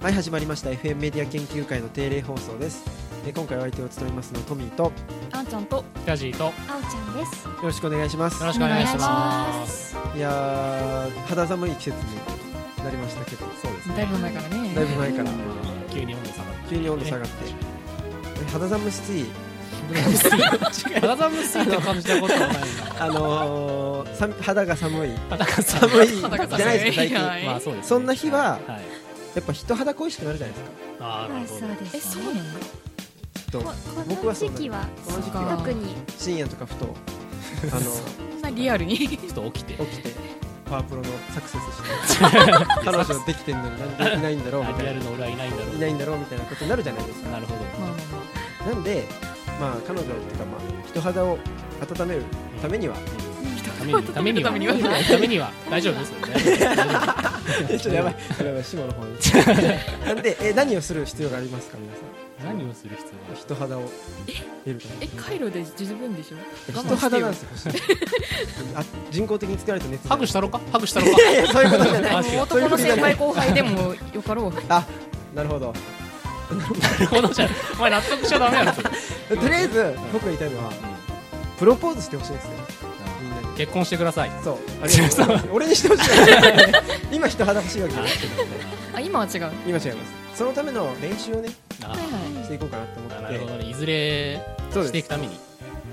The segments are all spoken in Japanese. はい始まりました FM メディア研究会の定例放送ですえ今回お相手を務めますのはトミーとよあーちゃんとよラジーとよあおちゃんです。ろしくお願いしますろしくお願いします。いやー肌寒い季節になりましたけどそうですねだいぶ前からねだいぶ前から急に温度下がって急に温度下がってえ肌寒しつい肌寒すぎて感じたことはないあのー、さ肌が寒い肌が寒いじゃ肌が寒いないですか最近はいまあそうですねそんな日ははいやっぱ人肌恋しくなるじゃないですかあーなるほどあそうですえそうなのきっとこ僕こはのそ時んな期はこの時期あはー特に深夜とかふとあのそんなリアルに ちょっと起きて起きてパワープロのサクセスして彼女できてんのになんでいないんだろうみあたいリアなルの俺はいないんだろいうないんだろうみたいなことになるじゃないですかなるほどまあまあなんでまあ彼女っていうかまあ人肌を温めるためにはためにはためにはためには大丈夫ですよね ちょっと やばいやばい下の方になんでえ何をする必要がありますか皆さん何をする必人肌を得るためえカイロで自分でしょに我慢して人よ肌なんですよあ人工的に作られた熱要じハゃグないしたろかハグしたろかいやいやそういうことじゃないあも違うう男の先輩後輩でもよかろうあなるほどなるほどじゃんお前納得しちゃダメやろそれとりあえず僕が言いたいのはプロポーズしてほしいんですよみんなに結婚してください そう、ありがとうございます。俺にしてほし い。今人肌欲しいわけじゃないけど、あ今は違うはい今違います。そのための練習をね、あはしていこうかなと思ーっなてるほどねいずれて、そうしていでくためにい本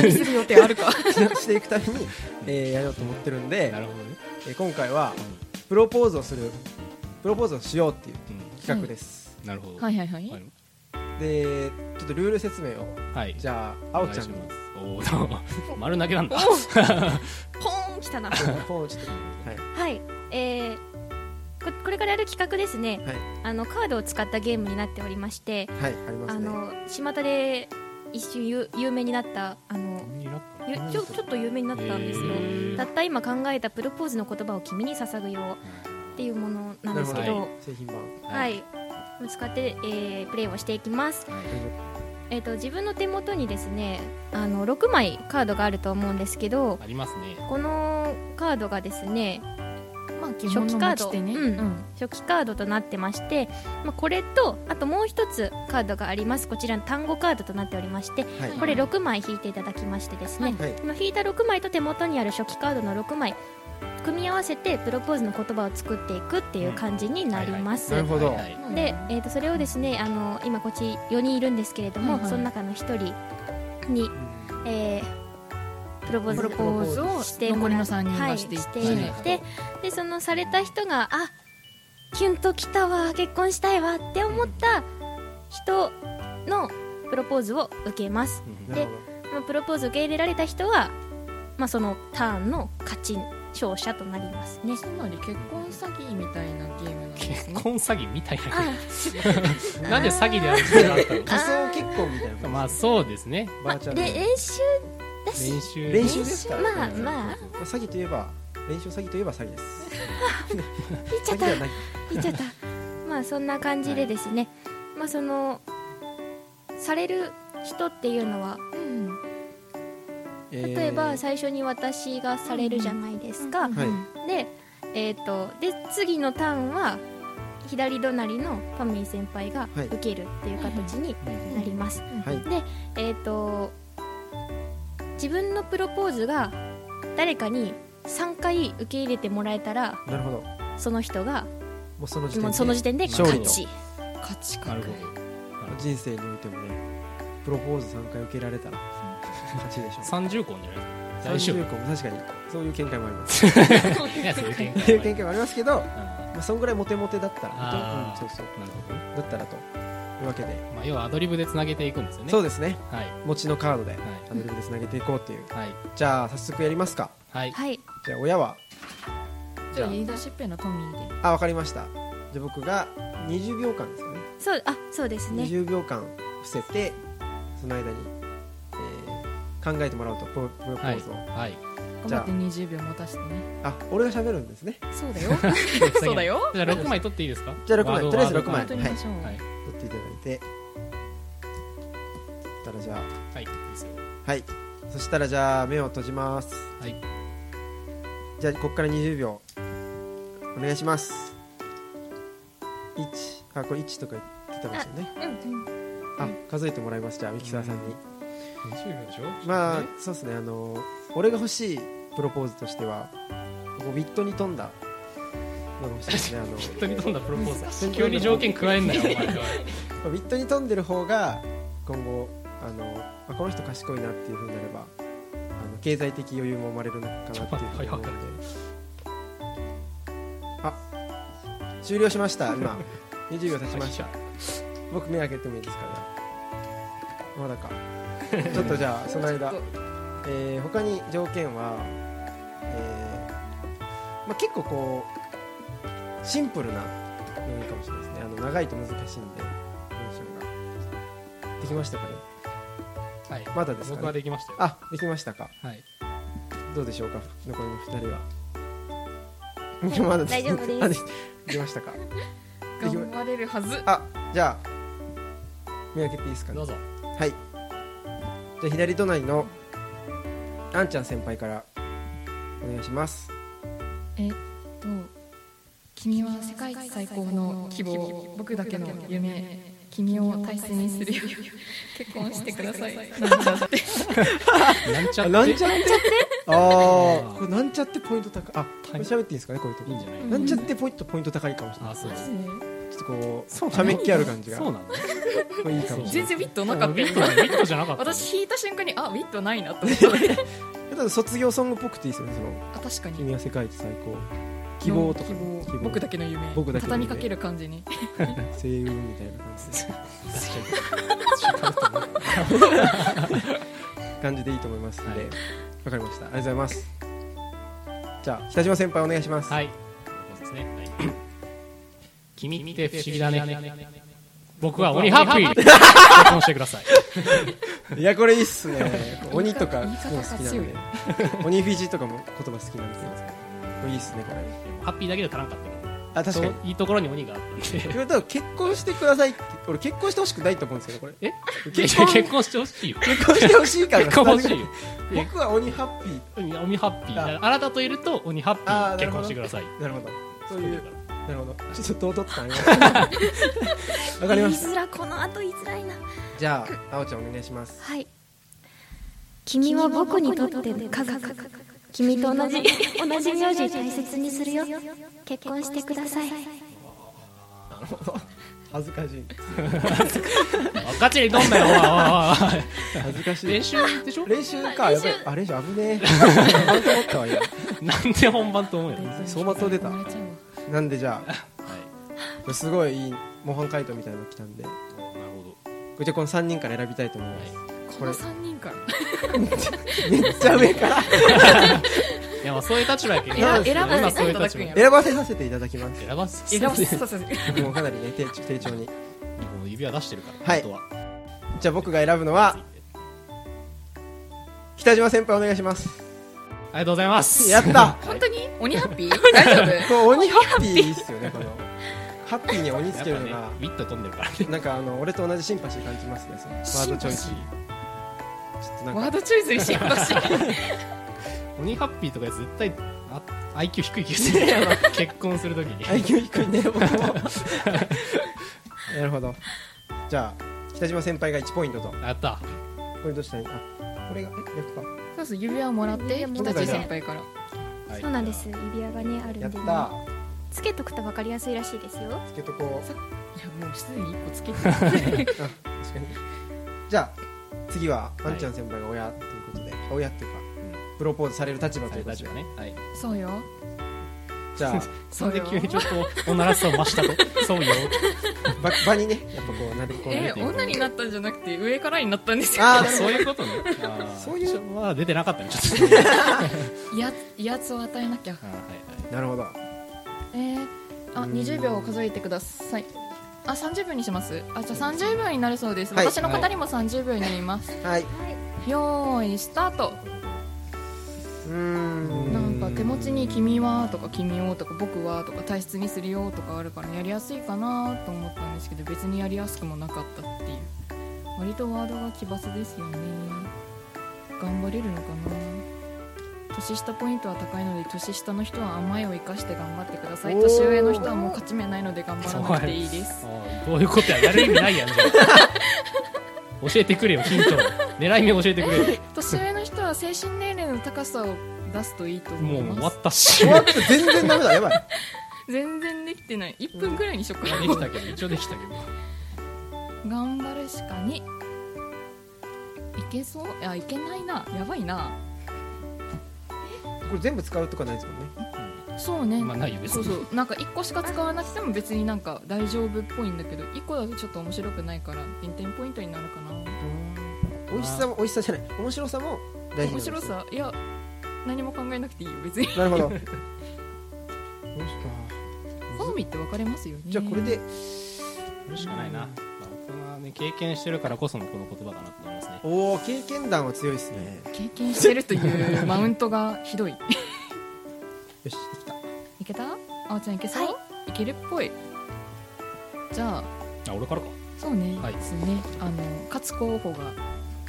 当にする予定あるかす。 していくために、えーやろうと思ってるんでな、るほどねえー今回はプロポーズをする、プロポーズをしようっていうう企画です。んなるほどはいはいはいで、ちょっとルール説明を、はいじゃあ、ああおおちゃんに、おお丸投げなんだポーンきたな。こうちょっと、はい、はい。えーここれからやる企画ですね、はいあのカードを使ったゲームになっておりまして、はい、ありまあすね。の巷で一瞬有有名になったあのゆちょちょっと有名になったんですよ、たった今考えたプロポーズの言葉を君に捧ぐよっていうものななんでるすほけど、ど、はい製品版。はい、使って、えープレイをしていきますえー、と自分の手元にですねあの6枚カードがあると思うんですけどありますねこのカードがですねまあ基本の持ち手ね初期カードうん初期カードとなってまして、まあ、これとあともう一つカードがありますこちらの単語カードとなっておりましてはい、これ6枚引いていただきましてですね、はい、この引いた6枚と手元にある初期カードの6枚組み合わせてプロポーズの言葉を作っていくっていう感じになります。なるほどはいはいで、えー、とそれをですねあの今こっち4人いるんですけれども、はいはいその中の1人に、えープロポプロポーーズズををしても残りらのっ三人はがい、ししてていっていってでそのされた人があキュンときたわ結婚したいわって思った人のプロポーズを受けます、うんなるほど。まあ、プロポーズを受け入れられた人は、まあ、そのターンの勝ち勝者となりますねつまり結婚詐欺みたいなゲームなんです結ね婚詐欺みたいあななんで詐欺である必要があったの仮想結婚みたいなか。まあそうですねバーチャあルでの。練習だし練習練習ですからまあまあまあ詐欺といえば練習詐欺といえば詐欺です。言っちゃ詐っ欺たではない。言っちゃったまあそんな感じでですね、まあそのされる人っていうのはうん例えばー最初に私がされるじゃないですはか、いでえっ、とで次のターンは左隣のトミー先輩がはい受けるっていう形になります、はいでえっ、と自分のプロポーズが誰かに3回受け入れてもらえたらなるほど。もその人がうその時点もうでその時点で勝利勝とち勝ちな確るほど人生においてもねプロポーズ3回受けられたら勝ちでしょう。三重婚じゃない大丈30夫個も確かにそういう見解もあります。いやそういう見そういう解見解もありますけど、なまあそんぐらいモテモテだったらあ、ーうんそうそうるほどねだったらというわけで、まあ要はアドリブでつなげていくんですよねそううですね。はい持ちのカードでアはドリブでつなげていこうっていう。いじゃあ早速やりますか。はいはいはいじゃあ親はじゃあ言い出しっぺのトミーであわかりました。じゃあ僕が20秒間ですかね。そうあそうですね20秒間伏せてその間に、えー考えてもらおうとプロプロポはいーズを、はい頑張って20秒持たしてねあ俺が喋るんですねそうだよそうだよじゃあ6枚取っていいですかじゃあ六枚ワードとりあえず六枚ワ本ー当ドにましょうはい取っていただいてそしたらじゃはいいいですよあはいそしたらじゃあ目を閉じますはいじゃあここから20秒お願いします一あこれ一とか言ってたんですよね。うんあ数えてもらいますじゃあミキサーさんに。 20秒でしょまあそうですねあの俺が欲しいプロポーズとしてはこうウィットに富 んだのが欲しいですねあの人に飛んだプロポーズ難しい急に条件加えんなよお前ウィットに富んでる方が今後あのあこの人賢いなっていうふうになればあの経済的余裕も生まれるのかなっていうふうに思うのであ終了しました 今20秒経ちました僕目開けてもいいですかねま だかちょっとじゃあその間ちょっえー他に条件は、えーまあ、結構こうシンプルなのがいいかもしれないですねあの長いと難しいんで文章ができましたかねはいまだですかね僕はできましたよあできましたかはいどうでしょうか残りの2人はまだ 大丈夫ですあ できましたかできま頑張れるはずあじゃあ見開けていいですかねどうぞはい。じゃあ左隣のあんちゃん先輩からお願いします。と君は世界最高の希望僕だけの夢君を大切にするよ結婚してくださいなんちゃってなんちゃってゃって。ああ、これなんちゃってポイント高い。あ、これ喋っていいんですかねこういうといいんじゃないなんちゃってポイントポイント高いかもしれなあい。ちそうですょっとこうそうなたのめっきある感じがそうなのこれいいかもしれ な全い。然ウィットなかったビよットビットじゃなかった私引いた瞬間にあウィットないなと思ってただ卒業ソングっぽくていいですよね。そのあ 確かに君は世界一最高。希望とか希望希望僕だけの夢僕だけの畳夢みかける感じに声優みたいな感 じで感じでいいと思いますので、はいわかりました。ありがとうございます。じゃあ北島先輩お願いします。はい。そうですね。はい、君って不思議だね。僕は鬼ハッピー。結婚してください。いやこれいいっす ね鬼とか言もいう好き方なんで鬼フィジーとかも言葉好 きなんですよこれいいっすねこれハッピーだけで足らんかったから。あ確かにそういいところに鬼があって。それと結婚してくださいって俺結婚してほしくないと思うんですよねこえれ結結婚婚結婚してほしいよ。結婚してほしいから結婚欲しいよ。僕は鬼ハッピーうん鬼ハッピー。あなたといると鬼ハッピあーなるー結ほど婚してください。なるほどそういうそういうこなるほどちょっと唐突感ありましたわかりました言いづらこの後言いづらいなじゃああおちゃんお願いしますはい君は僕にとっての家族君と同じ同じ名字大切にするよ結婚してください恥ずかしいとだガチにどんなよ。おいおいおい恥ずかしい 練習でしょ練習かやばいあ練習危ねえなんて思ったわ今なんで本番と思うよ。走馬灯出た生まれちゃうわなんでじゃあすごいいい模範解答みたいなの来たんでなるほど。じゃあこの3人から選びたいと思います、ここれの三人 からめっちゃ上からいやまあそういう立場やけど。選ばそうですね選ば今せそうていいうただ立く場んや選ばせさせていただきます選ばす。選ばせさせてもうかなりね丁丁重にもう指輪出してるから。はい本当はじゃあ僕が選ぶのは北島先輩お願いしますありがとうございます。やった本当に鬼ハッ ピー大丈夫こう鬼ハッピーいいっすよねこのハッピーに鬼つけるのやっがぱね、ウィット飛んでるからね。なんかあの俺と同じシンパシー感じますねそのワードチョイスシンちょっとなん ワーかドチョイスに心配し鬼ハッピーとか絶対あ IQ 低い気が する結婚するときに IQ 低いね僕も なるほどじゃあ北島先輩が1ポイントとこやったれどうしたらいいあこれがえ逆かそうそう指輪をもらって北地先輩からそうなんです指輪がねあるやんっでたねつけとくと分かりやすいらしいですよつけとこういやもうすでに一個つけてある確かに じゃあ次はあんちゃん先輩が親ということで、親っていうか、プロポーズされる立場ということ立で、場ねはい そうよじゃ そんで急にちょっとおならしさを増 したとそうよあ 場場にねやっぱこうなり込んでえていく女になったんじゃなくて上からになったんですよああそうい うことねあーそういうちょまだ出てなかったねちょっと威圧威圧を与えなきゃあーはいはいなるほどえー、あうん20秒数えてくださいあ30秒にしますあじゃあ30秒になるそうです、はい私の方にも30秒になります、はいうよーいスタートーんなんか手持ちに「君は」とか「君を」とか「僕は」とか「大切にするよ」とかあるからやりやすいかなと思ったんですけど別にやりやすくもなかったっていう割とワードが奇抜ですよね頑張れるのかな年下ポイントは高いので年下の人は甘えを生かして頑張ってくださいおー年上の人はもう勝ち目ないので頑張らなくていいですああどういうことややる意味ないやんじゃあ教えてくれよヒントを狙い目教えてくれよ年上の人は精神年齢の高さを出すといいとも思うい終まわっすたし終わった全然ダメだやばい全然できてない1分ぐらいにしよっかなできたけど一応できたけど頑張るしかにいけそういやいけないなやばいなこれ全部使うとかないですもんねそうね、まあないよ別そうにそうなんか1個しか使わなくても別になんか大丈夫っぽいんだけど1個だとちょっと面白くないから減点ポイントになるかな美味しさも美味しさじゃない面白さも大事なん面ですよ白さいや何も考えなくていいよ別になるほどよしか好みって分かれますよねじゃあこれでそれしかないな、まあ、僕はね経験してるからこそのこの言葉かなと思いますねおお経験談は強いですね経験してるというマウントがひどいよしできたいけたあおちゃんいけそう、、はいけるっぽいじゃああ俺からかそうね、はいですねあの勝つ候補が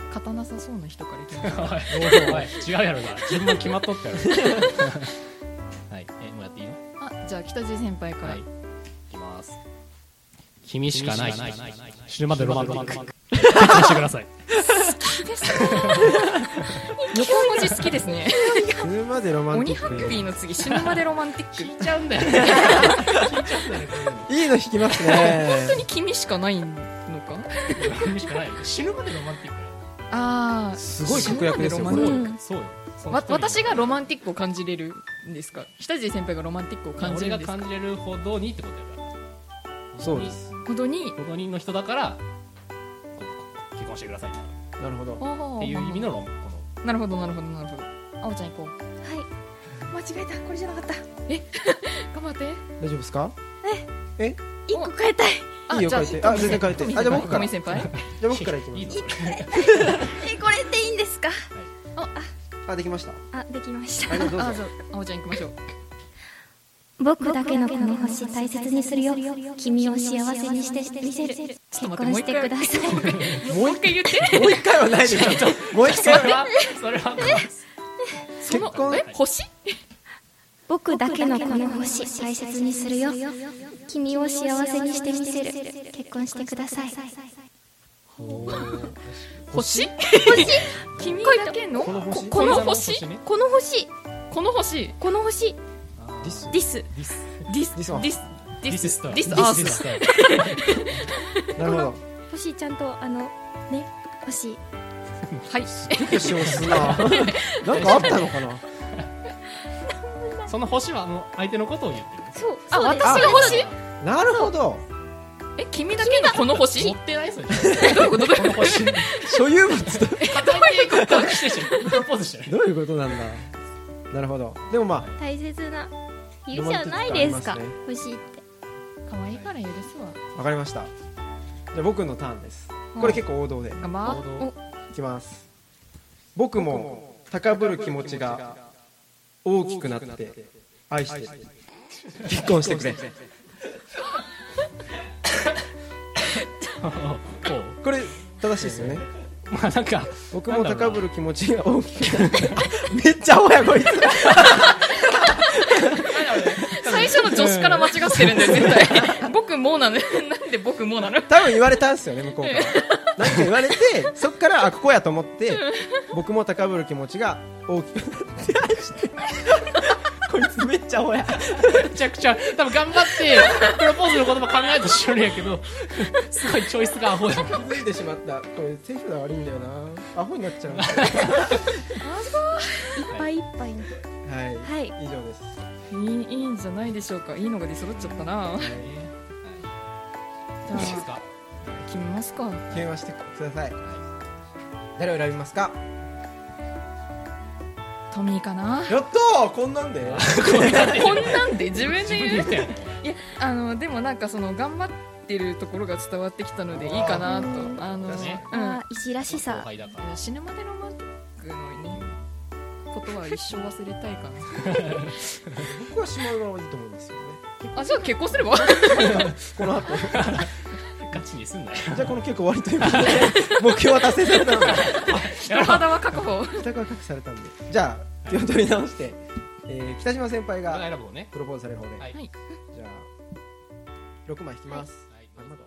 勝たなさそうな人からいきましょうおい違うやろな順番決まっと ったやろはいえもうやっていいのあじゃあ北地先輩から、はいい きます君しかない死ぬまでロマンティッ クしてください横文字好きですね死ぬまでロマンテ鬼ィハッックピーの次死ぬまでロマンティック 聞いちゃうんだよ聞いちゃうんだよいいの引きます本当ねに君しかないのか君しかないよ死ぬまでロマンティックああすごい確約ですよ死こぬまれでロマンティックうんそうよそのわ一人私がロマンティックを感じれるんですか北地先輩がロマンティックを感じ俺るがんですか感じれるほどにってことやからそうですほどにほどにの人だからここ結婚してくださいってなるほどっいう意味のロマンこのなるほどなるほどなるほどあおちゃん行こう間違えたこれじゃなかった頑張って大丈夫ですか一個変えたいいいよ変えてあ全然変えてあじゃあ僕から富先 輩じゃあ僕からいきまいいのすそれえこれっていいんですかあできましたあできましあたどうぞあじゃああおちゃん行きましょう僕だけのこの星大切にするよ君を幸せにしてみせるょ結っと待って婚してくださいもう一回言ってもう一回はないで しょもう一そ回れははそれは結婚え星僕だけのこの星大切にするよ君を幸せにしてみせる結婚してください星 君だけのこの星この星ねこの星この星この星ディスディスディスデディィススワンディスデディィスススターディスデアィーススターなるほど星ちゃんとあのね星はい結婚すん ななんかあったのかなその星はもう相手のことを言ってるそうあそうです私が星なるほどえ君だけのこの星持ってないそれどういうことどういうこことの星固所有物 とめに告白してるプロポーズしてるどういうことなんだなるほどでもまあ大切な言うじゃないですかロマン星って可愛いから許すわわかりましたじゃあ僕のターンですこれ結構王道で頑張行っ動いきます僕も高ぶる気持ちが大きくなって愛してる結婚してくれここれ正しいですよねうまあなんか僕も高ぶる気持ちが大きくなってめっちゃ青やこいつ最初の女子から間違ってるんだよ絶対僕もなの なんで僕もなの多分言われたんですよね向こうから何か言 われてそっからあここやと思って僕も高ぶる気持ちが大きくなって愛 してるこいつめっちゃ青やめちゃくちゃ多分頑張ってプロポーズの言葉考えようとしてるんやけどすごいチョイスがアホやな気づいてしまったこれ手札悪いんだよなアホになっちゃういっぱいいっぱいにはい、はい以上ですいいいいんじゃないでしょうかいいのが出揃っちゃったなどうですか決めますか電話してください誰を選びますかトミーかなやったーこんなんでこんなんで自分自で分で言言うったやんいやあのでもなんかその頑張ってるところが伝わってきたのでいいかなとあの、だねうんあ石らし後さ輩だから死ぬまでロマンティックのねことは一生忘れたいか僕は下村はいいと思うんですよねな あじゃあ結婚すればこの後ガチにすんなよじゃあこの曲終わりという ことで目標は達成されたので 人肌は確保帰宅は隠されたんでじゃあ気を取り直して、えー北島先輩僕がが選ぶをね。プロポーズされる方で、はい。はいじゃあ6枚引きます、はいどうぞ